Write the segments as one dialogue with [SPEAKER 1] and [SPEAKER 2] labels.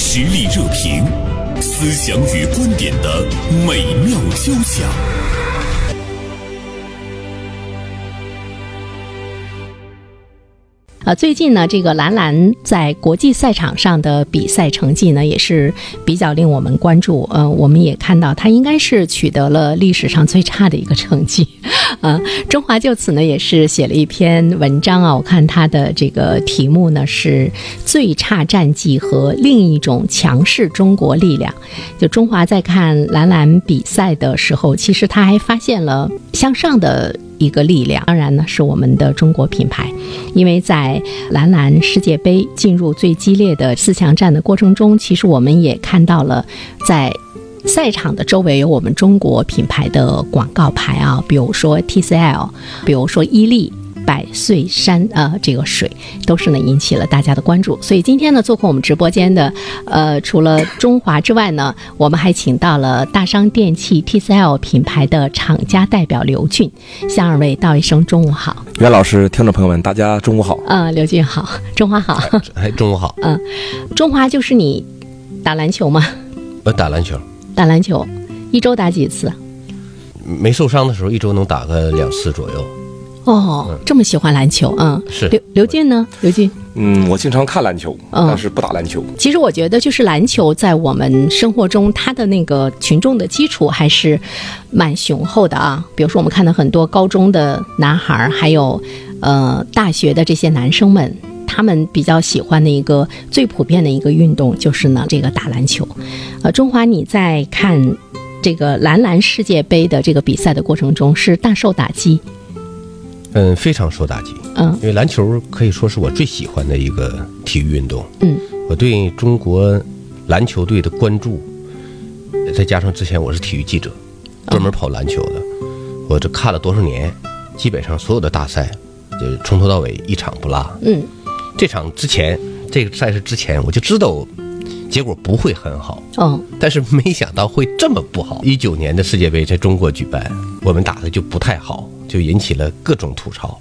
[SPEAKER 1] 实力热评，思想与观点的美妙交响。
[SPEAKER 2] 啊，最近呢，这个兰兰在国际赛场上的比赛成绩呢，也是比较令我们关注。呃，我们也看到她应该是取得了历史上最差的一个成绩。 啊，中华就此呢也是写了一篇文章啊，我看她的这个题目呢是最差战绩和另一种强势中国力量。就中华在看兰兰比赛的时候，其实她还发现了向上的一个力量，当然呢是我们的中国品牌。因为在兰兰世界杯进入最激烈的四强战的过程中，其实我们也看到了，在赛场的周围有我们中国品牌的广告牌啊，比如说 TCL，比如说伊利。百岁山啊、呃，这个水都是呢引起了大家的关注。所以今天呢，做客我们直播间的，呃，除了中华之外呢，我们还请到了大商电器 TCL 品牌的厂家代表刘俊，向二位道一声中午好。
[SPEAKER 3] 袁老师，听众朋友们，大家中午好。
[SPEAKER 2] 呃，刘俊好，中华好，
[SPEAKER 4] 哎，中午好，
[SPEAKER 2] 中华就是你打篮球吗？
[SPEAKER 4] 我呃打篮球，
[SPEAKER 2] 打篮球一周打几次？
[SPEAKER 4] 没受伤的时候一周能打个两次左右。
[SPEAKER 2] 哦，这么喜欢篮球，嗯，
[SPEAKER 4] 是
[SPEAKER 2] 刘刘俊呢？刘俊，
[SPEAKER 3] 嗯，我经常看篮球，
[SPEAKER 2] 嗯
[SPEAKER 3] 但是不打篮球。
[SPEAKER 2] 其实我觉得就是篮球在我们生活中，它的那个群众的基础还是蛮雄厚的啊。比如说，我们看到很多高中的男孩儿，还有呃大学的这些男生们。他们比较喜欢的一个最普遍的一个运动就是呢，这个打篮球。呃，中华，你在看这个男篮世界杯的这个比赛的过程中是大受打击，
[SPEAKER 4] 嗯，非常受打击，
[SPEAKER 2] 嗯
[SPEAKER 4] 因为篮球可以说是我最喜欢的一个体育运动。
[SPEAKER 2] 嗯，
[SPEAKER 4] 我对中国篮球队的关注，再加上之前我是体育记者，
[SPEAKER 2] 嗯
[SPEAKER 4] 专门跑篮球的，我这看了多少年，基本上所有的大赛，就从头到尾一场不落。
[SPEAKER 2] 嗯，
[SPEAKER 4] 这场之前，这个赛事之前，我就知道结果不会很好，
[SPEAKER 2] 哦，
[SPEAKER 4] 但是没想到会这么不好。一九年的世界杯在中国举办，我们打的就不太好，就引起了各种吐槽。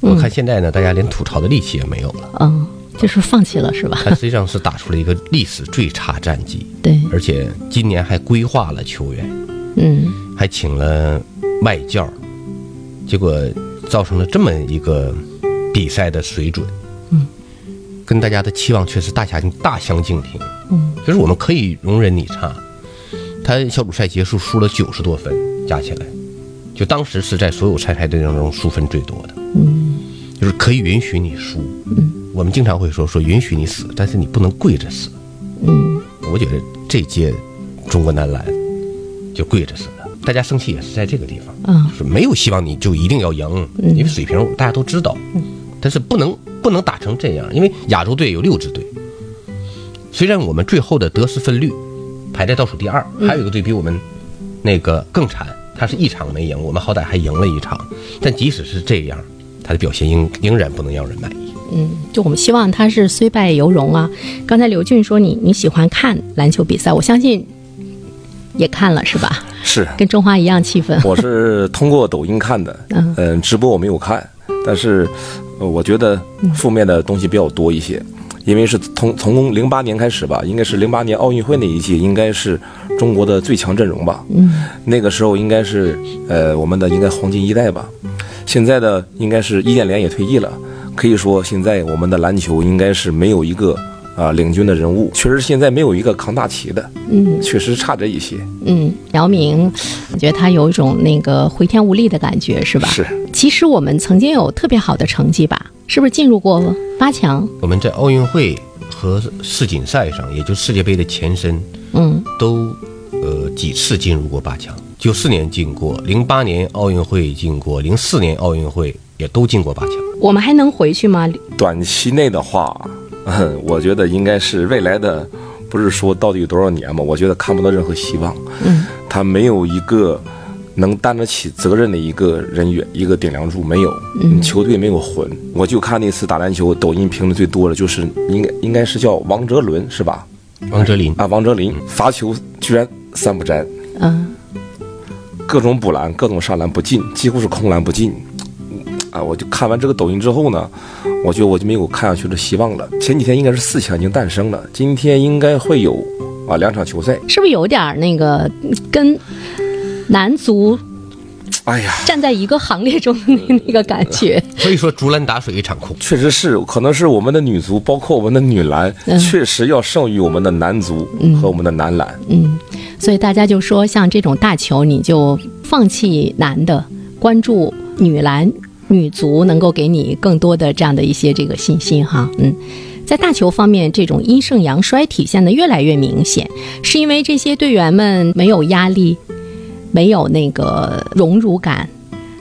[SPEAKER 4] 我看现在呢，大家连吐槽的力气也没有了。
[SPEAKER 2] 嗯，就是放弃了是吧？
[SPEAKER 4] 但实际上是打出了一个历史最差战绩，
[SPEAKER 2] 对，
[SPEAKER 4] 而且今年还规划了球员，
[SPEAKER 2] 嗯
[SPEAKER 4] 还请了外教，结果造成了这么一个比赛的水准，嗯，跟大家的期望却是大相大相径庭，嗯，就是我们可以容忍你差，他小组赛结束输了九十多分，加起来，就当时是在所有参赛队当中输分最多的，嗯，就是可以允许你输，嗯，我们经常会说说允许你死，但是你不能跪着死，嗯，我觉得这届中国男篮就跪着死的。大家生气也是在这个地方，
[SPEAKER 2] 嗯
[SPEAKER 4] 就是没有希望你就一定要赢，因为水平大家都知道，但是不能不能打成这样，因为亚洲队有六支队，虽然我们最后的得失分率排在倒数第二，还有一个队比我们那个更惨，他是一场没赢，我们好歹还赢了一场，但即使是这样，他的表现仍仍然不能让人满意。
[SPEAKER 2] 嗯，就我们希望他是虽败犹荣啊。刚才刘俊说你你喜欢看篮球比赛，我相信也看了是吧？
[SPEAKER 3] 是，
[SPEAKER 2] 跟中华一样气愤。
[SPEAKER 3] 我是通过抖音看的，
[SPEAKER 2] 嗯
[SPEAKER 3] 嗯、直播我没有看，但是呃我觉得负面的东西比较多一些，因为是从从零八年开始吧，应该是零八年奥运会那一届，应该是中国的最强阵容吧，嗯，那个时候应该是呃我们的应该黄金一代吧，现在的应该是易建联也退役了，可以说现在我们的篮球应该是没有一个啊、领军的人物，确实现在没有一个扛大旗的，嗯，确实差这一些，
[SPEAKER 2] 嗯，姚明，我觉得他有一种那个回天无力的感觉是吧？
[SPEAKER 3] 是。
[SPEAKER 2] 其实我们曾经有特别好的成绩吧？是不是进入过八强？
[SPEAKER 4] 我们在奥运会和世锦赛上，也就是世界杯的前身，
[SPEAKER 2] 嗯
[SPEAKER 4] 都呃几次进入过八强，九四年进过，零八年奥运会进过，零四年奥运会也都进过八强。
[SPEAKER 2] 我们还能回去吗？
[SPEAKER 3] 短期内的话， 嗯我觉得应该是未来的，不是说到底有多少年嘛？我觉得看不到任何希望。
[SPEAKER 2] 嗯，
[SPEAKER 3] 他没有一个能担得起责任的一个人员，一个顶梁柱没有。嗯，球队没有魂。我就看那次打篮球，抖音评论最多的就是应该应该是叫王哲伦是吧？
[SPEAKER 4] 王哲林，
[SPEAKER 3] 啊，王哲林罚球居然三不沾，
[SPEAKER 2] 嗯、
[SPEAKER 3] 各种补篮，各种上篮不进，几乎是空篮不进。啊，我就看完这个抖音之后呢，我觉得我就没有看下去的希望了。前几天应该是四强已经诞生了，今天应该会有啊两场球赛。
[SPEAKER 2] 是不是有点儿那个跟男足
[SPEAKER 3] 哎呀，
[SPEAKER 2] 站在一个行列中的那那个感觉？
[SPEAKER 4] 所以说竹篮打水一场空。
[SPEAKER 3] 确实是，可能是我们的女足，包括我们的女篮，确实要胜于我们的男足和我们的男篮。
[SPEAKER 2] 嗯，所以大家就说，像这种大球，你就放弃男的，关注女篮、女足，能够给你更多的这样的一些这个信心哈。嗯，在大球方面，这种阴盛阳衰体现的越来越明显，是因为这些队员们没有压力，没有那个荣辱感，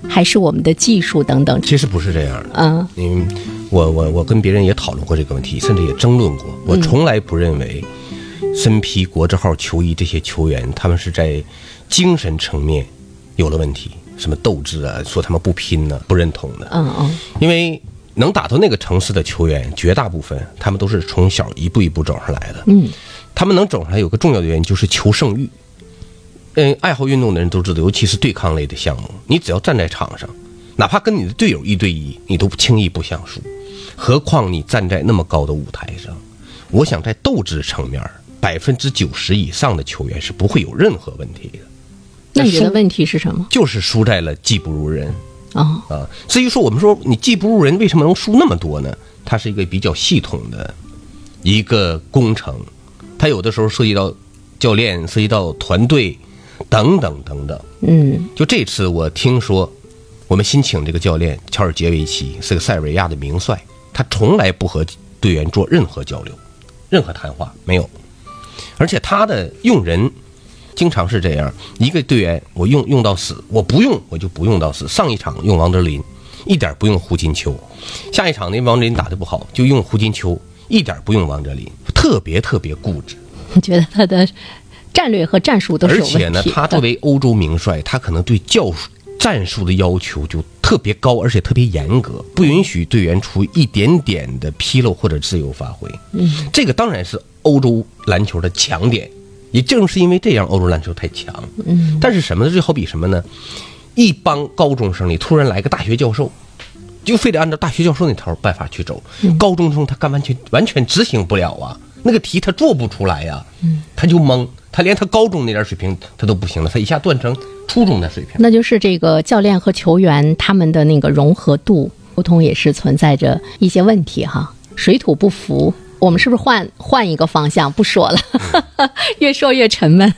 [SPEAKER 2] 还是我们的技术等等？
[SPEAKER 4] 其实不是这样的，
[SPEAKER 2] 嗯
[SPEAKER 4] 嗯，我我我跟别人也讨论过这个问题，甚至也争论过。我从来不认为身披国字号球衣这些球员，他们是在精神层面有了问题，什么斗志啊，说他们不拼呢、不认同的。
[SPEAKER 2] 嗯嗯
[SPEAKER 4] 因为能打到那个城市的球员，绝大部分他们都是从小一步一步走上来的。
[SPEAKER 2] 嗯，
[SPEAKER 4] 他们能走上来有个重要的原因就是求胜欲。嗯，爱好运动的人都知道，尤其是对抗类的项目，你只要站在场上，哪怕跟你的队友一对一，你都轻易不想输，何况你站在那么高的舞台上。我想在斗志层面，百分之九十以上的球员是不会有任何问题的，
[SPEAKER 2] 那你觉得问题是什么？
[SPEAKER 4] 就是输在了技不如人。
[SPEAKER 2] 哦，
[SPEAKER 4] 啊。至于说我们说你技不如人，为什么能输那么多呢？它是一个比较系统的一个工程，它有的时候涉及到教练，涉及到团队等等等等。
[SPEAKER 2] 嗯
[SPEAKER 4] 就这次我听说，我们新请这个教练乔尔杰维奇是个塞尔维亚的名帅，他从来不和队员做任何交流，任何谈话没有，而且他的用人经常是这样：一个队员我用用到死，我不用我就不用到死。上一场用王哲林，一点不用胡金秋；下一场那王哲林打得不好，就用胡金秋，一点不用王哲林，特别特别固执。
[SPEAKER 2] 你觉得他的战略和战术都是
[SPEAKER 4] 而
[SPEAKER 2] 有问题的？
[SPEAKER 4] 且呢，他作为欧洲名帅，他可能对教术战术的要求就特别高，而且特别严格，不允许队员出一点点的纰漏或者自由发挥。嗯，这个当然是欧洲篮球的强点，也正是因为这样，欧洲篮球太强。嗯，但是什么呢？就好比什么呢？一帮高中生里突然来个大学教授。就非得按照大学教授那套办法去走。高中生他干完全完全执行不了啊，那个题他做不出来呀、他就懵，他连他高中那点水平他都不行了，他一下断成初中的水平。
[SPEAKER 2] 那就是这个教练和球员他们的那个融合度，沟通也是存在着一些问题哈，水土不服。我们是不是换换一个方向不说了？ 越说越沉闷。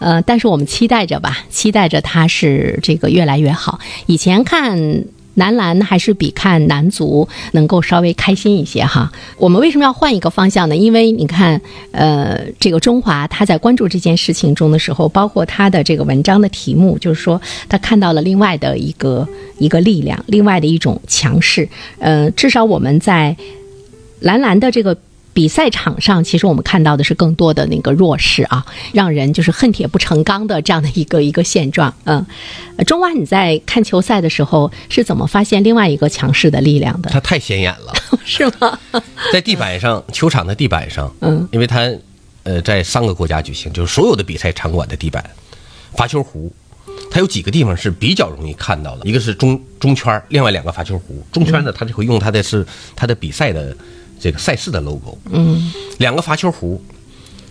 [SPEAKER 2] 呃，但是我们期待着吧，期待着他是这个越来越好。以前看男篮还是比看男足能够稍微开心一些哈。我们为什么要换一个方向呢？因为你看，呃，这个中华他在关注这件事情中的时候，包括他的这个文章的题目，就是说他看到了另外的一个一个力量，另外的一种强势。呃，至少我们在蓝蓝的这个。比赛场上，其实我们看到的是更多的那个弱势啊，让人就是恨铁不成钢的这样的一个一个现状。嗯，呃中华，你在看球赛的时候是怎么发现另外一个强势的力量的？
[SPEAKER 4] 他太显眼了，
[SPEAKER 2] 是吗？
[SPEAKER 4] 在地板上，球场的地板上，
[SPEAKER 2] 嗯，
[SPEAKER 4] 因为他呃在三个国家举行，就是所有的比赛场馆的地板，罚球弧，它有几个地方是比较容易看到的，一个是中中圈儿，另外两个罚球弧。中圈呢，它就会用它的是它的比赛的这个赛事的 logo，嗯，两个罚球弧，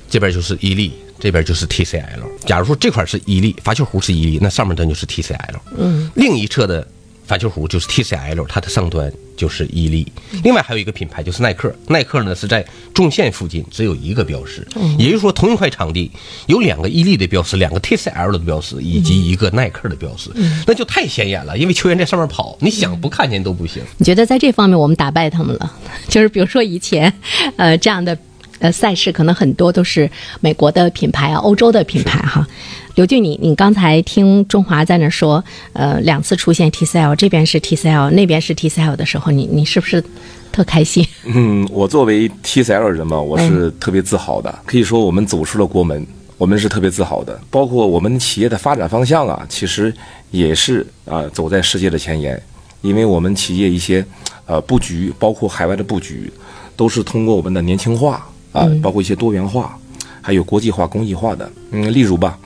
[SPEAKER 4] 这边就是伊利，这边就是 TCL。假如说这块是伊利，罚球弧是伊利，那上面端就是 TCL。嗯，另一侧的罚球弧就是 TCL，它的上端就是伊利。另外还有一个品牌就是耐克，耐克呢是在中线附近只有一个标识，也就是说同一块场地有两个伊利的标识，两个 TCL 的标识以及一个耐克的标识，那就太显眼了，因为球员在上面跑，你想不看见都不行。
[SPEAKER 2] 你觉得在这方面我们打败他们了？ 就是比如说以前，呃，这样的呃赛事，可能很多都是美国的品牌啊、欧洲的品牌哈。刘俊，你你刚才听中华在那说，呃，两次出现 TCL，这边是 TCL，那边是 TCL 的时候，你你是不是特开心？
[SPEAKER 3] 嗯，我作为 TCL 人嘛，我
[SPEAKER 2] 嗯
[SPEAKER 3] 是特别自豪的，可以说我们走出了国门，我们是特别自豪的。包括我们企业的发展方向啊，其实也是啊、走在世界的前沿，因为我们企业一些呃布局，包括海外的布局，都是通过我们的年轻化啊、
[SPEAKER 2] 嗯
[SPEAKER 3] 包括一些多元化，还有国际化、公益化的。嗯，例如吧，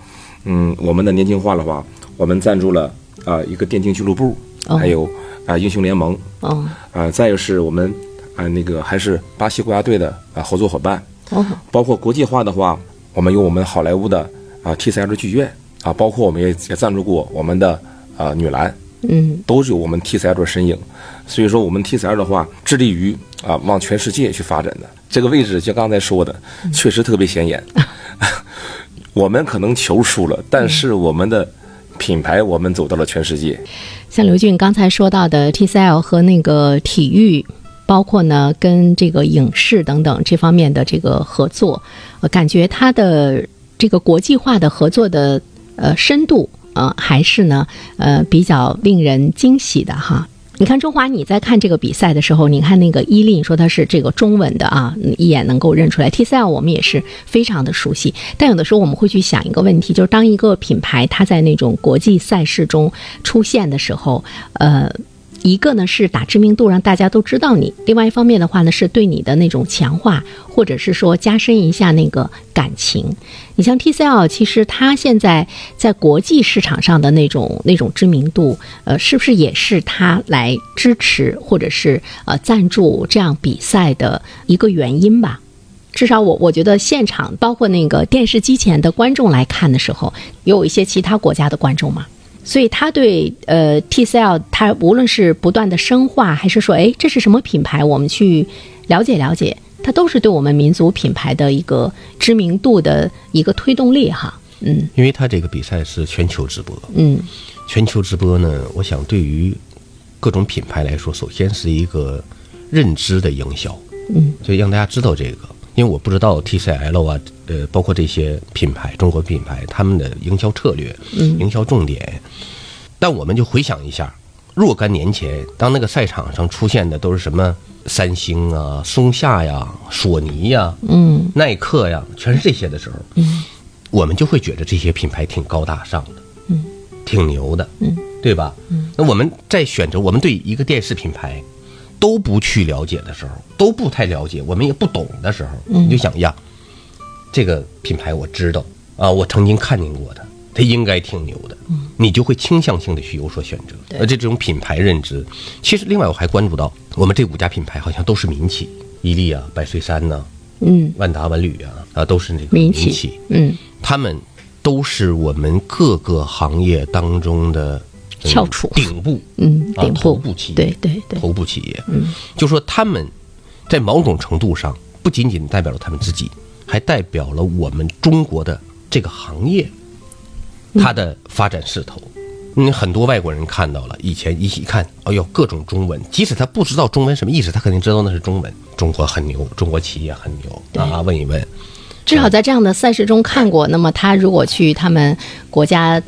[SPEAKER 3] 嗯，我们的年轻化的话，我们赞助了啊、一个电竞俱乐部，
[SPEAKER 2] 哦
[SPEAKER 3] 还有啊、英雄联盟，
[SPEAKER 2] 哦
[SPEAKER 3] 啊，再就是我们啊、那个还是巴西国家队的啊、合作伙伴，
[SPEAKER 2] 哦
[SPEAKER 3] 包括国际化的话，我们有我们好莱坞的啊 TCL 剧院啊，包括我们也也赞助过我们的啊、女篮，
[SPEAKER 2] 嗯
[SPEAKER 3] 都是有我们 TCL 的身影。所以说，我们 TCL 的话，致力于啊往全世界去发展的这个位置，就刚才说的，确实特别显眼。我们可能球输了，但是我们的品牌，我们走到了全世界。
[SPEAKER 2] 像刘俊刚才说到的 TCL 和那个体育，包括呢跟这个影视等等这方面的这个合作，呃，感觉它的这个国际化的合作的呃深度，呃，还是呢呃比较令人惊喜的哈。你看中华，你在看这个比赛的时候，你看那个伊利，你说它是这个中文的啊，一眼能够认出来。TCL 我们也是非常的熟悉，但有的时候我们会去想一个问题，就是当一个品牌它在那种国际赛事中出现的时候，呃。一个呢是打知名度，让大家都知道你；另外一方面的话呢，是对你的那种强化，或者是说加深一下那个感情。你像 TCL，其实它现在在国际市场上的那种那种知名度，呃，是不是也是它来支持或者是呃赞助这样比赛的一个原因吧？至少我我觉得现场包括那个电视机前的观众来看的时候，也有一些其他国家的观众嘛，所以他对呃 TCL，他无论是不断的深化，还是说，哎，这是什么品牌，我们去了解了解，它都是对我们民族品牌的一个知名度的一个推动力哈。嗯
[SPEAKER 4] 因为它这个比赛是全球直播，
[SPEAKER 2] 嗯
[SPEAKER 4] 全球直播呢，我想对于各种品牌来说，首先是一个认知的营销，
[SPEAKER 2] 嗯，
[SPEAKER 4] 所以让大家知道这个。因为我不知道 TCL 啊，呃，包括这些品牌，中国品牌他们的营销策略、
[SPEAKER 2] 嗯
[SPEAKER 4] 营销重点，但我们就回想一下，若干年前，当那个赛场上出现的都是什么三星啊、松下呀、索尼呀、
[SPEAKER 2] 嗯
[SPEAKER 4] 耐克呀，全是这些的时候，我们就会觉得这些品牌挺高大上的，嗯，挺牛的，嗯，对吧？嗯，那我们在选择我们对一个电视品牌都不去了解的时候，都不太了解，我们也不懂的时候，你就想呀，这个品牌我知道啊，我曾经看见过的，它应该挺牛的，你就会倾向性的去有所选择。而且这种品牌认知，其实另外我还关注到，我们这五家品牌好像都是民企，伊利啊、百岁山呐、
[SPEAKER 2] 嗯
[SPEAKER 4] 万达、文旅啊，啊，都是那个
[SPEAKER 2] 民企
[SPEAKER 4] 企，
[SPEAKER 2] 嗯，
[SPEAKER 4] 他们都是我们各个行业当中的嗯
[SPEAKER 2] 翘楚
[SPEAKER 4] 顶部，
[SPEAKER 2] 嗯，
[SPEAKER 4] 啊
[SPEAKER 2] 顶
[SPEAKER 4] 头
[SPEAKER 2] 部
[SPEAKER 4] 部企业，
[SPEAKER 2] 对对对，
[SPEAKER 4] 头部企业，嗯，就说他们在某种程度上不仅仅代表了他们自己，还代表了我们中国的这个行业
[SPEAKER 2] 嗯
[SPEAKER 4] 它的发展势头。嗯，很多外国人看到了，以前一一看，哎呦，各种中文，即使他不知道中文什么意思，他肯定知道那是中文。中国很牛，中国企业很牛啊！问一问，
[SPEAKER 2] 至少在这样的赛事中看过。那么他如果去他们国家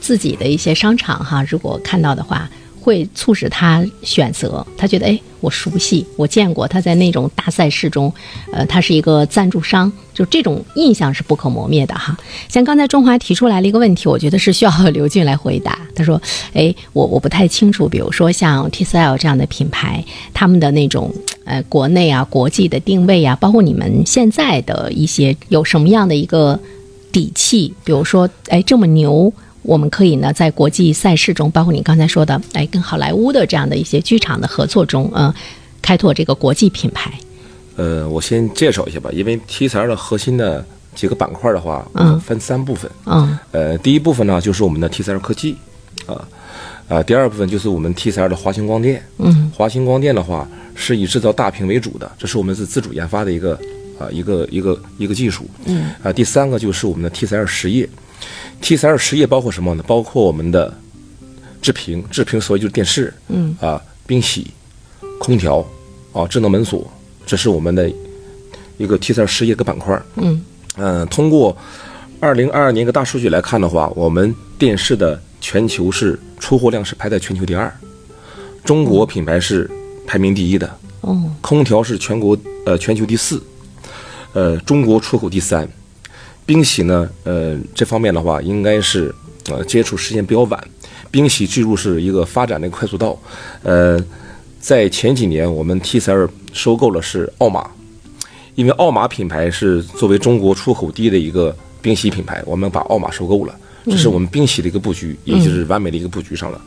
[SPEAKER 2] 自己的一些商场哈，如果看到的话，会促使他选择。他觉得哎，我熟悉，我见过他在那种大赛事中，呃，他是一个赞助商，就这种印象是不可磨灭的哈。像刚才中华提出来了一个问题，我觉得是需要刘俊来回答。他说：“哎，我我不太清楚，比如说像 TCL 这样的品牌，他们的那种呃国内啊、国际的定位啊，包括你们现在的一些有什么样的一个底气？比如说，哎，这么牛，我们可以呢在国际赛事中，包括你刚才说的，哎，跟好莱坞的这样的一些剧场的合作中，嗯、开拓这个国际品牌。
[SPEAKER 3] 呃，我先介绍一下吧，因为 TCL 的核心的几个板块的话，
[SPEAKER 2] 嗯
[SPEAKER 3] 分三部分。
[SPEAKER 2] 嗯
[SPEAKER 3] 呃，第一部分呢就是我们的 TCL 科技，啊，呃，第二部分就是我们 TCL 的华星光电。
[SPEAKER 2] 嗯，
[SPEAKER 3] 华星光电的话是以制造大屏为主的，这是我们是自主研发的一个啊、一个一个一个技术。嗯，啊，第三个就是我们的 TCL 实业，TCL 实业包括什么呢？包括我们的制屏，制屏所谓就是电视，嗯，啊，冰洗、空调，啊，智能门锁，这是我们的一个 TCL 实业的板块。
[SPEAKER 2] 嗯
[SPEAKER 3] 嗯，通过二零二二年一个大数据来看的话，我们电视的全球是出货量是排在全球第二，中国品牌是排名第一的，
[SPEAKER 2] 哦
[SPEAKER 3] 空调是全国呃全球第四，呃中国出口第三，冰洗呢呃这方面的话应该是呃接触时间比较晚，冰洗进入是一个发展的快速道，呃在前几年我们 TCL 收购了是奥马，因为奥马品牌是作为中国出口第一的一个冰洗品牌，我们把奥马收购了，这是我们冰洗的一个布局，也就是完美的一个布局上了。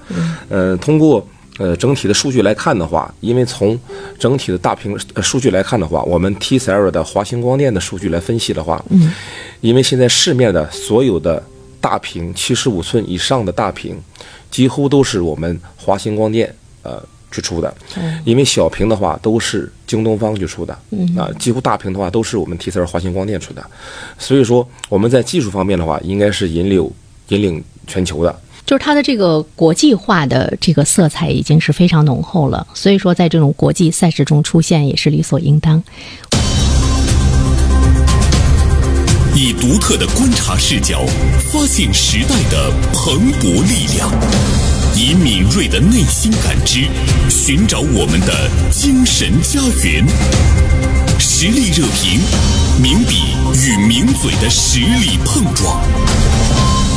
[SPEAKER 3] 呃，通过呃整体的数据来看的话，因为从整体的大屏、呃、数据来看的话，我们 T s e r a 的华星光电的数据来分析的话，嗯，因为现在市面的所有的大屏七十五寸以上的大屏，几乎都是我们华星光电呃去出的，因为小屏的话都是京东方去出的，啊，几乎大屏的话都是我们 T C 华星光电出的，所以说我们在技术方面的话，应该是引领引领全球的。
[SPEAKER 2] 就是它的这个国际化的这个色彩已经是非常浓厚了，所以说在这种国际赛事中出现也是理所应当。
[SPEAKER 1] 以独特的观察视角，发现时代的蓬勃力量；以敏锐的内心感知，寻找我们的精神家园。实力热评，名笔与名嘴的实力碰撞。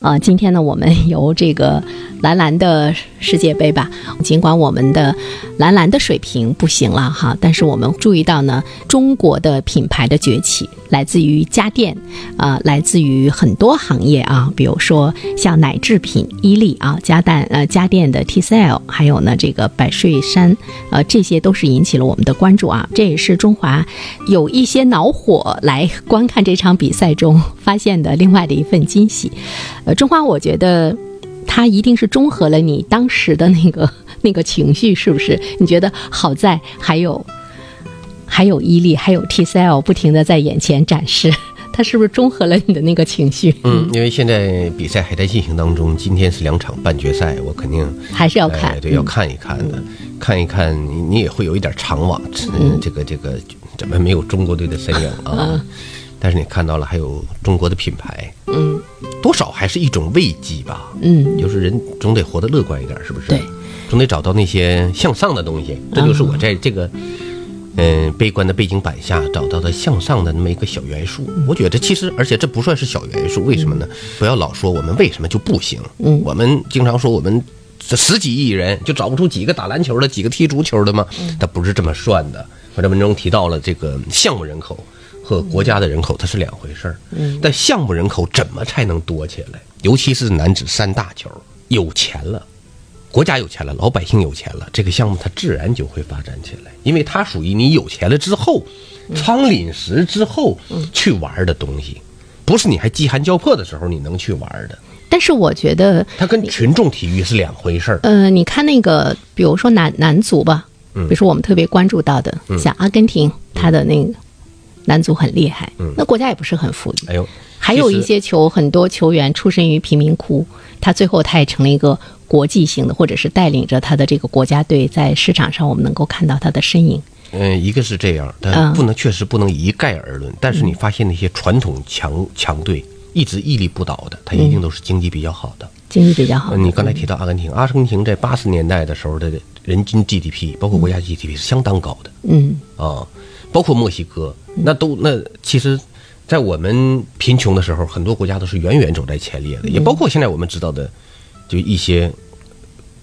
[SPEAKER 2] 呃，今天呢，我们由这个蓝蓝的世界杯吧，尽管我们的蓝蓝的水平不行了哈，但是我们注意到呢，中国的品牌的崛起来自于家电，啊、呃，来自于很多行业啊，比如说像奶制品伊利啊，家蛋呃家电的 TCL，还有呢这个百岁山，呃，这些都是引起了我们的关注啊。这也是中华有一些恼火来观看这场比赛中发现的另外的一份惊喜。呃，中华，我觉得它一定是中和了你当时的那个 那个情绪，是不是？你觉得好在还有还有伊利，还有 TCL 不停的在眼前展示， 它是不是中和了你的那个情绪？
[SPEAKER 4] 嗯，因为现在比赛还在进行当中，今天是两场半决赛，我肯定
[SPEAKER 2] 还是要看嗯
[SPEAKER 4] 哎对，要看一看的，看一看你你也会有一点怅惘，嗯，这个这个怎么没有中国队的身影 啊？但是你看到了，还有中国的品牌，
[SPEAKER 2] 嗯，
[SPEAKER 4] 多少还是一种慰藉吧。
[SPEAKER 2] 嗯，
[SPEAKER 4] 就是人总得活得乐观一点，是不是？
[SPEAKER 2] 对，
[SPEAKER 4] 总得找到那些向上的东西。这就是我在这个嗯、悲观的背景板下找到的向上的那么一个小元素。我觉得其实，而且这不算是小元素，为什么呢？不要老说我们为什么就不行。嗯，我们经常说我们。这十几亿人就找不出几个打篮球的，几个踢足球的吗？它不是这么算的。我在文中提到了这个项目人口和国家的人口，它是两回事儿。嗯，但项目人口怎么才能多起来？尤其是男子三大球，有钱了，国家有钱了，老百姓有钱了，这个项目它自然就会发展起来，因为它属于你有钱了之后，仓廪实之后去玩的东西，不是你还饥寒交迫的时候你能去玩的。
[SPEAKER 2] 但是我觉得，
[SPEAKER 4] 它跟群众体育是两回事儿。
[SPEAKER 2] 呃，你看那个，比如说男男足吧，
[SPEAKER 4] 嗯
[SPEAKER 2] 比如说我们特别关注到的，像阿根廷，他的那
[SPEAKER 4] 嗯
[SPEAKER 2] 个男足很厉害，那国家也不是很富裕，
[SPEAKER 4] 哎呦，
[SPEAKER 2] 还有
[SPEAKER 4] 其
[SPEAKER 2] 一
[SPEAKER 4] 实
[SPEAKER 2] 些球，很多球员出身于贫民窟，他最后他也成了一个国际性的，或者是带领着他的这个国家队在市场上，我们能够看到他的身影。
[SPEAKER 4] 嗯，一个是这样，但
[SPEAKER 2] 嗯
[SPEAKER 4] 不能确实不能一概而论。但是你发现那些传统强强队一直屹立不倒的，它一定都是经济比较好的。
[SPEAKER 2] 经济比较好
[SPEAKER 4] 呃，，你刚才提到阿根廷，阿根廷在八十年代的时候的人均 GDP，包括国家 GDP 是相当高的。
[SPEAKER 2] 嗯
[SPEAKER 4] 啊，包括墨西哥，那都那其实，在我们贫穷的时候，很多国家都是远远走在前列的，也包括现在我们知道的，就一些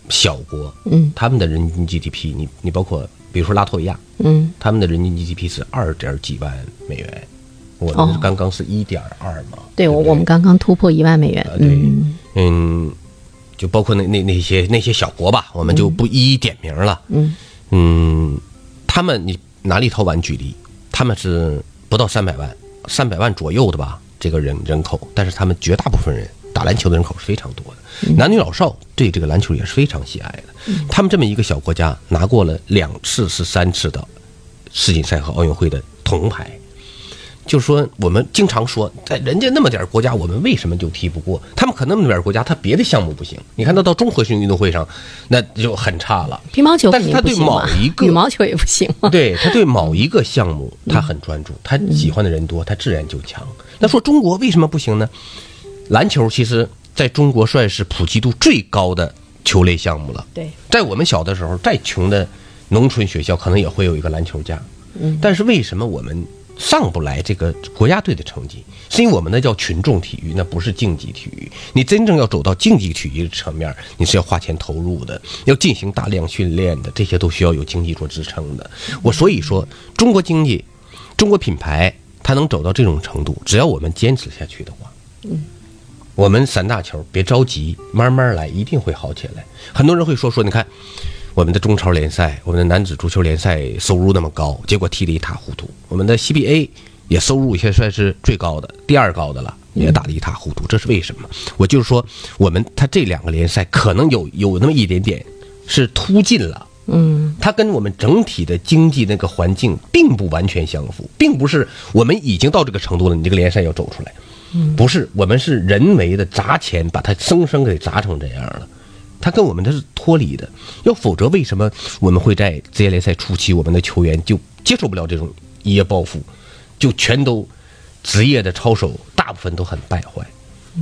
[SPEAKER 4] 小国，
[SPEAKER 2] 嗯，
[SPEAKER 4] 他们的人均 GDP，你你包括比如说拉脱维亚，
[SPEAKER 2] 嗯，
[SPEAKER 4] 他们的人均 GDP 是二点几万美元，我
[SPEAKER 2] 哦
[SPEAKER 4] 们刚刚是一点二嘛，
[SPEAKER 2] 对我我们刚刚突破一万美元，
[SPEAKER 4] 啊，对
[SPEAKER 2] 嗯，
[SPEAKER 4] 嗯，就包括那那那些那些小国吧，我们
[SPEAKER 2] 嗯
[SPEAKER 4] 就不一一点名了。嗯他们你拿立陶宛举例，他们是不到三百万，三百万左右的吧，这个人人口，但是他们绝大部分人打篮球的人口是非常多的，男女老少对这个篮球也是非常喜爱的。他们这么一个小国家，拿过了两次是三次的世锦赛和奥运会的铜牌。就是说，我们经常说，在人家那么点儿国家，我们为什么就踢不过？他们可那么点儿国家，他别的项目不行。你看，他到综合性运动会上，那就很差了。
[SPEAKER 2] 乒乓球
[SPEAKER 4] 但是
[SPEAKER 2] 肯定
[SPEAKER 4] 他
[SPEAKER 2] 不
[SPEAKER 4] 对
[SPEAKER 2] 行
[SPEAKER 4] 某
[SPEAKER 2] 嘛，
[SPEAKER 4] 一个
[SPEAKER 2] 羽毛球也不行 嘛，
[SPEAKER 4] 对他对某一个项目他很专注，他喜欢的人多，他自然就强。那说中国为什么不行呢？篮球其实在中国算是普及度最高的球类项目了。
[SPEAKER 2] 对，
[SPEAKER 4] 在我们小的时候，再穷的农村学校可能也会有一个篮球架。嗯，但是为什么我们上不来这个国家队的成绩？是因为我们那叫群众体育，那不是竞技体育。你真正要走到竞技体育的层面，你是要花钱投入的，要进行大量训练的，这些都需要有经济做支撑的。我所以说，中国经济、中国品牌，他能走到这种程度，只要我们坚持下去的话，嗯，我们散大球，别着急，慢慢来，一定会好起来。很多人会说说，你看我们的中超联赛，我们的男子足球联赛收入那么高，结果踢得一塌糊涂。我们的 CBA 也收入现在是最高的，第二高的了。也打得一塌糊涂，这是为什么？我就是说，我们他这两个联赛可能有有那么一点点是突进了，
[SPEAKER 2] 嗯
[SPEAKER 4] 它跟我们整体的经济那个环境并不完全相符，并不是我们已经到这个程度了，你这个联赛要走出来，不是，我们是人为的砸钱把它生生给砸成这样了。它跟我们这是脱离的，要否则为什么我们会在职业联赛初期，我们的球员就接受不了这种一夜暴富，就全都职业的操守大部分都很败坏，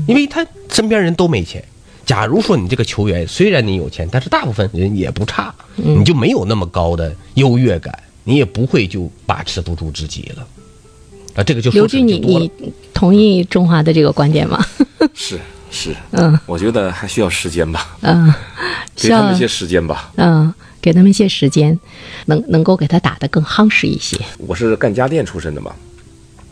[SPEAKER 4] 因为他身边人都没钱。假如说你这个球员虽然你有钱，但是大部分人也不差，你就没有那么高的优越感，你也不会就把持不住自己了。啊，这个就
[SPEAKER 2] 刘
[SPEAKER 4] 说起
[SPEAKER 2] 军，
[SPEAKER 4] 来就
[SPEAKER 2] 你
[SPEAKER 4] 多了
[SPEAKER 2] 你同意中华的这个观点吗？
[SPEAKER 3] 是是，
[SPEAKER 2] 嗯，
[SPEAKER 3] 我觉得还需要时间吧，
[SPEAKER 2] 嗯，
[SPEAKER 3] 给他们一些时间吧。
[SPEAKER 2] 嗯，给他们一些时间，能能够给他打得更夯实一些。
[SPEAKER 3] 我是干家电出身的嘛，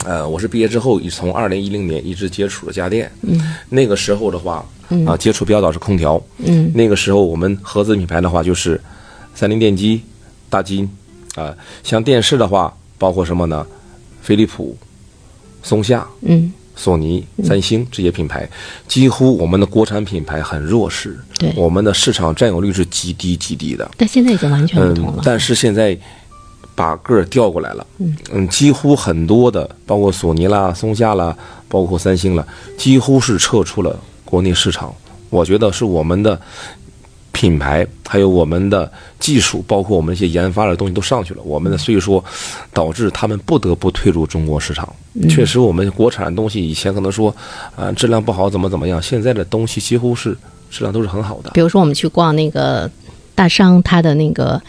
[SPEAKER 3] 呃，我是毕业之后一从二零一零年一直接触了家电。嗯，那个时候的话，啊，接触比较早是空调。
[SPEAKER 2] 嗯，
[SPEAKER 3] 那个时候我们合资品牌的话就是三菱电机、大金啊、像电视的话，包括什么呢？飞利浦、松下、
[SPEAKER 2] 嗯，
[SPEAKER 3] 索尼、三星这些品牌，几乎我们的国产品牌很弱势，
[SPEAKER 2] 对
[SPEAKER 3] 我们的市场占有率是极低极低的。
[SPEAKER 2] 但现在已经完全不同
[SPEAKER 3] 嗯
[SPEAKER 2] 了，。
[SPEAKER 3] 但是现在把个儿调过来了，嗯，几乎很多的，包括索尼啦、松下啦，包括三星啦，几乎是撤出了国内市场。我觉得是我们的品牌，还有我们的技术，包括我们一些研发的东西都上去了，我们的所以说导致他们不得不退入中国市场。确实，我们国产的东西以前可能说啊、质量不好，怎么怎么样，现在的东西几乎是质量都是很好的。
[SPEAKER 2] 比如说，我们去逛那个大商，它的那个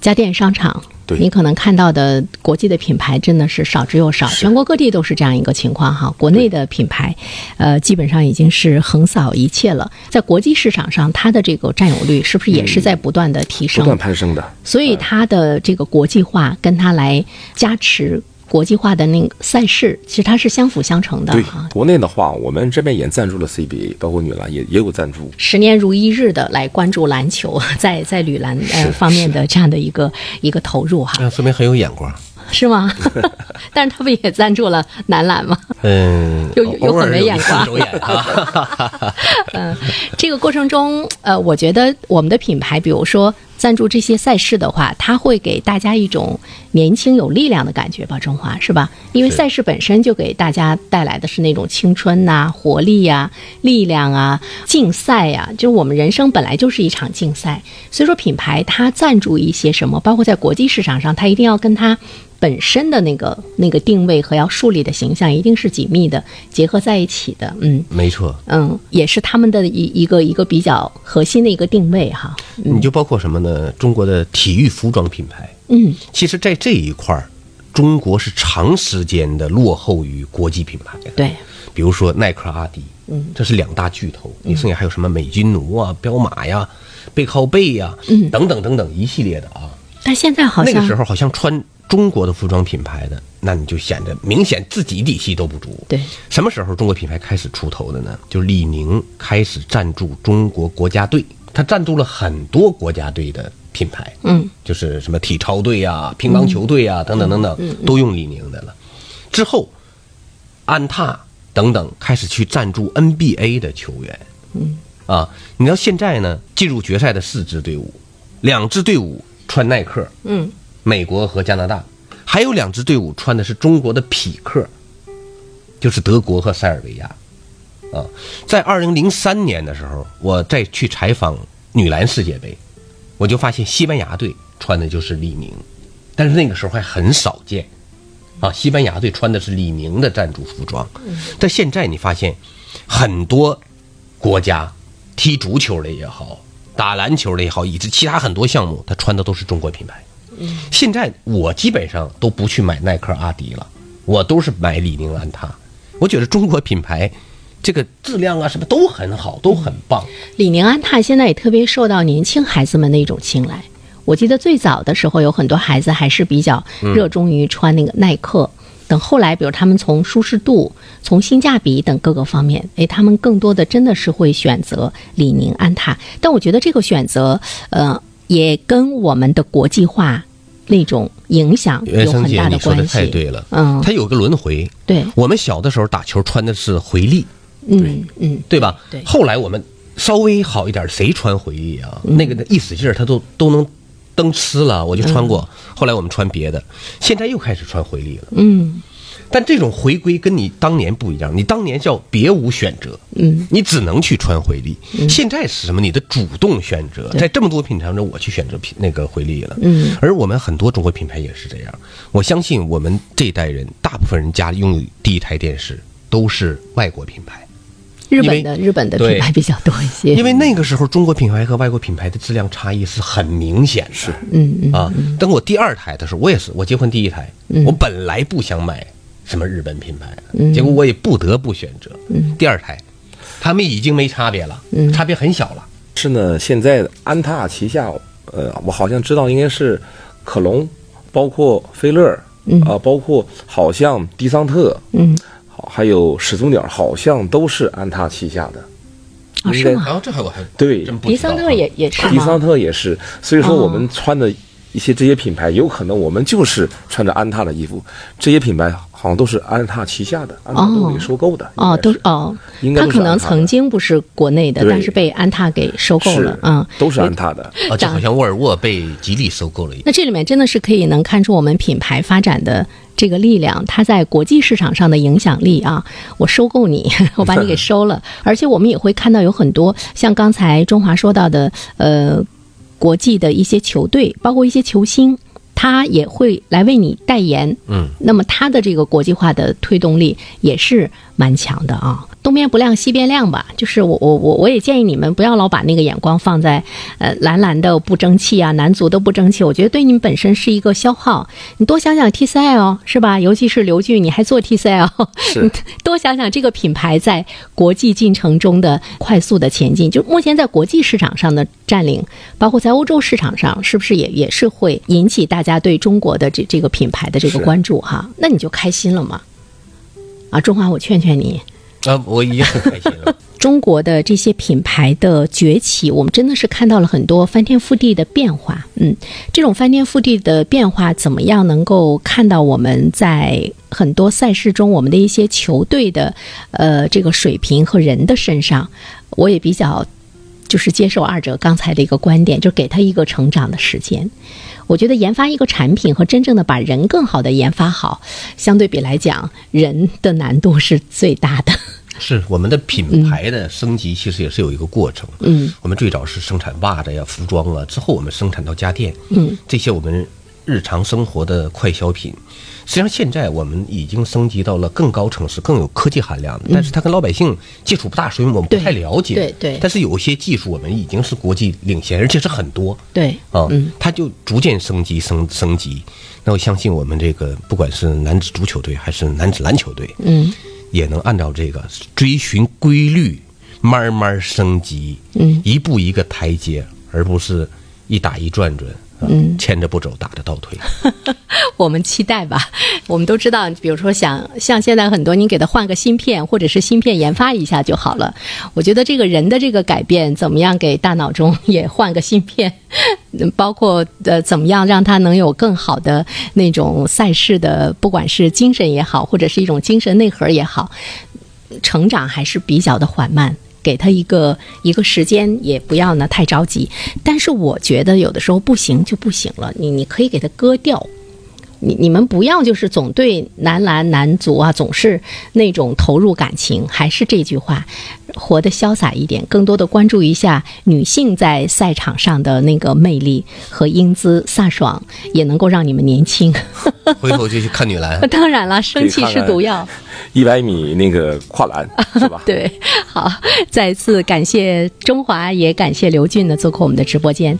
[SPEAKER 2] 家电商场，
[SPEAKER 3] 对
[SPEAKER 2] 你可能看到的国际的品牌真的是少之又少，全国各地都是这样一个情况哈。国内的品牌，呃，基本上已经是横扫一切了。在国际市场上，它的这个占有率是不是也是在不断的提
[SPEAKER 3] 不
[SPEAKER 2] 升？
[SPEAKER 3] 断攀升的，
[SPEAKER 2] 所以它的这个国际化跟它来加持国际化的那个赛事，其实它是相辅相成的
[SPEAKER 3] 对
[SPEAKER 2] 哈，。
[SPEAKER 3] 国内的话，我们这边也赞助了 CBA，包括女篮也也有赞助。
[SPEAKER 2] 十年如一日的来关注篮球， 在在女篮呃方面的这样的一个一个投入 哈，
[SPEAKER 4] 那说明很有眼光。
[SPEAKER 2] 是吗？ 但是他不也赞助了男篮吗？
[SPEAKER 4] 嗯，
[SPEAKER 2] 有有
[SPEAKER 4] 偶尔
[SPEAKER 2] 很没
[SPEAKER 4] 有
[SPEAKER 2] 眼
[SPEAKER 4] 一次
[SPEAKER 2] 光
[SPEAKER 4] 走眼 啊。
[SPEAKER 2] 这个过程中，呃，我觉得我们的品牌，比如说赞助这些赛事的话，它会给大家一种年轻有力量的感觉吧，中华是吧？因为赛事本身就给大家带来的是那种青春呐、啊活力呀、力量啊、竞赛呀、就我们人生本来就是一场竞赛，所以说品牌它赞助一些什么，包括在国际市场上，它一定要跟它。本身的那个那个定位和要树立的形象一定是紧密的结合在一起的，嗯，
[SPEAKER 4] 没错，
[SPEAKER 2] 嗯，也是他们的一一个一个比较核心的一个定位哈。
[SPEAKER 4] 你就包括什么呢？中国的体育服装品牌，
[SPEAKER 2] 嗯，
[SPEAKER 4] 其实在这一块儿，中国是长时间的落后于国际品牌的。
[SPEAKER 2] 对，
[SPEAKER 4] 比如说耐克、阿迪，嗯，这是两大巨头。
[SPEAKER 2] 嗯
[SPEAKER 4] 你剩下还有什么美津奴啊、彪马呀、背靠背呀，嗯，等等等等一系列的啊。
[SPEAKER 2] 但现在好
[SPEAKER 4] 那
[SPEAKER 2] 像
[SPEAKER 4] 个时候好像穿中国的服装品牌的，那你就显得明显自己底气都不足。
[SPEAKER 2] 对，
[SPEAKER 4] 什么时候中国品牌开始出头的呢？就是李宁开始赞助中国国家队，他赞助了很多国家队的品牌，
[SPEAKER 2] 嗯，
[SPEAKER 4] 就是什么体操队呀、乒乓球队呀、等等等等，都用李宁的了。之后，安踏等等开始去赞助 NBA 的球员，嗯，啊，你到现在呢，进入决赛的四支队伍，两支队伍穿耐克，
[SPEAKER 2] 嗯，
[SPEAKER 4] 美国和加拿大，还有两支队伍穿的是中国的匹克，就是德国和塞尔维亚。啊，在二零零三年的时候，我再去采访女篮世界杯，我就发现西班牙队穿的就是李宁，但是那个时候还很少见。啊，西班牙队穿的是李宁的赞助服装，但现在你发现很多国家踢足球的也好，打篮球的也好，以及其他很多项目，他穿的都是中国品牌。现在我基本上都不去买耐克、阿迪了，我都是买李宁、安踏。我觉得中国品牌这个质量啊，什么都很好，都很棒。
[SPEAKER 2] 李宁、安踏现在也特别受到年轻孩子们的一种青睐。
[SPEAKER 4] 嗯
[SPEAKER 2] 我记得最早的时候，有很多孩子还是比较热衷于穿那个耐克。等后来，比如他们从舒适度、从性价比等各个方面，哎，他们更多的真的是会选择李宁、安踏。但我觉得这个选择，呃，也跟我们的国际化那种影响
[SPEAKER 4] 袁
[SPEAKER 2] 有很
[SPEAKER 4] 生呃姐，
[SPEAKER 2] 大
[SPEAKER 4] 你
[SPEAKER 2] 的
[SPEAKER 4] 说的
[SPEAKER 2] 关
[SPEAKER 4] 太
[SPEAKER 2] 系。
[SPEAKER 4] 对了，
[SPEAKER 2] 嗯
[SPEAKER 4] 它有个轮回。
[SPEAKER 2] 对，
[SPEAKER 4] 我们小的时候打球穿的是回力，
[SPEAKER 2] 嗯嗯，
[SPEAKER 4] 对吧？
[SPEAKER 2] 对对
[SPEAKER 4] 后来我们稍微好一点，谁穿回力啊？
[SPEAKER 2] 嗯
[SPEAKER 4] 那个一使劲儿，它都都能蹬呲了，我就穿过。后来我们穿别的，现在又开始穿回力了。
[SPEAKER 2] 嗯
[SPEAKER 4] 但这种回归跟你当年不一样，你当年叫别无选择，
[SPEAKER 2] 嗯，
[SPEAKER 4] 你只能去穿回力。现在是什么？你的主动选择，在这么多品牌中，我去选择品那个回力了。
[SPEAKER 2] 嗯，
[SPEAKER 4] 而我们很多中国品牌也是这样。我相信我们这一代人，大部分人家里拥有第一台电视都是外国品牌。
[SPEAKER 2] 日
[SPEAKER 4] 因
[SPEAKER 2] 本
[SPEAKER 4] 为
[SPEAKER 2] 的日本的
[SPEAKER 4] 对
[SPEAKER 2] 品牌比较多一些。
[SPEAKER 4] 因为那个时候中国品牌和外国品牌的质量差异是很明显的。是，
[SPEAKER 2] 嗯嗯
[SPEAKER 4] 啊，等我第二胎的时候，我也是，我结婚第一胎，我本来不想买什么日本品牌
[SPEAKER 2] 嗯
[SPEAKER 4] 的，结果我也不得不选择。第二胎，他们已经没差别了，
[SPEAKER 2] 嗯
[SPEAKER 4] 差别很小了。
[SPEAKER 3] 是呢，现在安踏旗下，呃，我好像知道应该是可龙，包括菲乐，啊、包括好像迪桑特，
[SPEAKER 2] 嗯，
[SPEAKER 3] 好，还有始祖鸟，好像都是安踏旗下的。
[SPEAKER 2] 啊
[SPEAKER 3] 应
[SPEAKER 2] 是
[SPEAKER 3] 该
[SPEAKER 2] 吗
[SPEAKER 4] 哦后这还我还
[SPEAKER 3] 对
[SPEAKER 4] 真不
[SPEAKER 2] 迪
[SPEAKER 4] 知道
[SPEAKER 2] 桑
[SPEAKER 4] 啊
[SPEAKER 2] 特也也是
[SPEAKER 3] 迪
[SPEAKER 2] 吗
[SPEAKER 3] 桑？特也是，所以说
[SPEAKER 2] 哦
[SPEAKER 3] 我们穿的一些这些品牌，有可能我们就是穿着安踏的衣服，这些品牌好像都是安踏旗下的，安踏都给收购的。
[SPEAKER 2] 哦，都
[SPEAKER 3] 应该
[SPEAKER 2] 是哦，
[SPEAKER 3] 应该
[SPEAKER 2] 他
[SPEAKER 3] 都是
[SPEAKER 2] 可能
[SPEAKER 3] 安踏的
[SPEAKER 2] 曾经不是国内的，
[SPEAKER 3] 对
[SPEAKER 2] 但是被安踏给收购
[SPEAKER 3] 是
[SPEAKER 2] 了，嗯，
[SPEAKER 3] 都是安踏的。
[SPEAKER 4] 啊，就好像沃尔沃被吉利收购了 一样。
[SPEAKER 2] 那这里面真的是可以能看出我们品牌发展的这个力量，它在国际市场上的影响力啊！我收购你， 我把你给收了，而且我们也会看到有很多像刚才中华说到的，呃，国际的一些球队，包括一些球星。他也会来为你代言，嗯，那么他的这个国际化的推动力也是蛮强的啊。东边不亮西边亮吧，就是我我我我也建议你们不要老把那个眼光放在呃蓝蓝的不争气啊，男足的不争气，我觉得对你们本身是一个消耗。你多想想 T 赛哦，是吧？尤其是刘俊，你还做 T 赛哦，
[SPEAKER 3] 是
[SPEAKER 2] 多想想这个品牌在国际进程中的快速的前进，就目前在国际市场上的占领，包括在欧洲市场上，是不是也也是会引起大家对中国的这这个品牌的这个
[SPEAKER 3] 是
[SPEAKER 2] 关注哈？那你就开心了嘛？啊，中华，我劝劝你，
[SPEAKER 4] 啊，我已经很开心了。
[SPEAKER 2] 中国的这些品牌的崛起，我们真的是看到了很多翻天覆地的变化。嗯，这种翻天覆地的变化，怎么样能够看到我们在很多赛事中我们的一些球队的呃这个水平和人的身上？我也比较就是接受二者刚才的一个观点，就给他一个成长的时间。我觉得研发一个产品和真正的把人更好的研发好，相对比来讲，人的难度是最大的。
[SPEAKER 4] 是我们的品牌的升级，其实也是有一个过程。嗯，我们最早是生产袜子呀、服装啊，之后我们生产到家电，嗯，这些我们日常生活的快消品。实际上，现在我们已经升级到了更高层次、更有科技含量的，但是它跟老百姓接触不大，所以我们不
[SPEAKER 2] 对
[SPEAKER 4] 太了解。
[SPEAKER 2] 对对
[SPEAKER 4] 但是有一些技术，我们已经是国际领先，而且是很多。
[SPEAKER 2] 对，
[SPEAKER 4] 啊，它就逐渐升级升升级。那我相信我们这个不管是男子足球队还是男子篮球队，嗯，也能按照这个追寻规律，慢慢升级，嗯，一步一个台阶，而不是一打一转转。啊、牵着不走，打着倒 退。
[SPEAKER 2] 我们期待吧。我们都知道，比如说想像现在很多，你给他换个芯片，或者是芯片研发一下就好了。我觉得这个人的这个改变，怎么样给大脑中也换个芯片， 嗯包括呃怎么样让他能有更好的那种赛事的，不管是精神也好，或者是一种精神内核也好，成长还是比较的缓慢，给他一个一个时间，也不要呢太着急。但是我觉得有的时候不行就不行了，你你可以给他割掉。你你们不要就是总对男篮男足啊总是那种投入感情，还是这句话，活得潇洒一点，更多的关注一下女性在赛场上的那个魅力和英姿飒爽，也能够让你们年轻。
[SPEAKER 4] 回头就去看女篮。
[SPEAKER 2] 当然了，生气
[SPEAKER 3] 可以看
[SPEAKER 2] 是
[SPEAKER 3] 看
[SPEAKER 2] 毒药。？
[SPEAKER 3] 一百米那个跨栏是吧
[SPEAKER 2] 对，好，再次感谢中华，也感谢刘俊呢做客我们的直播间。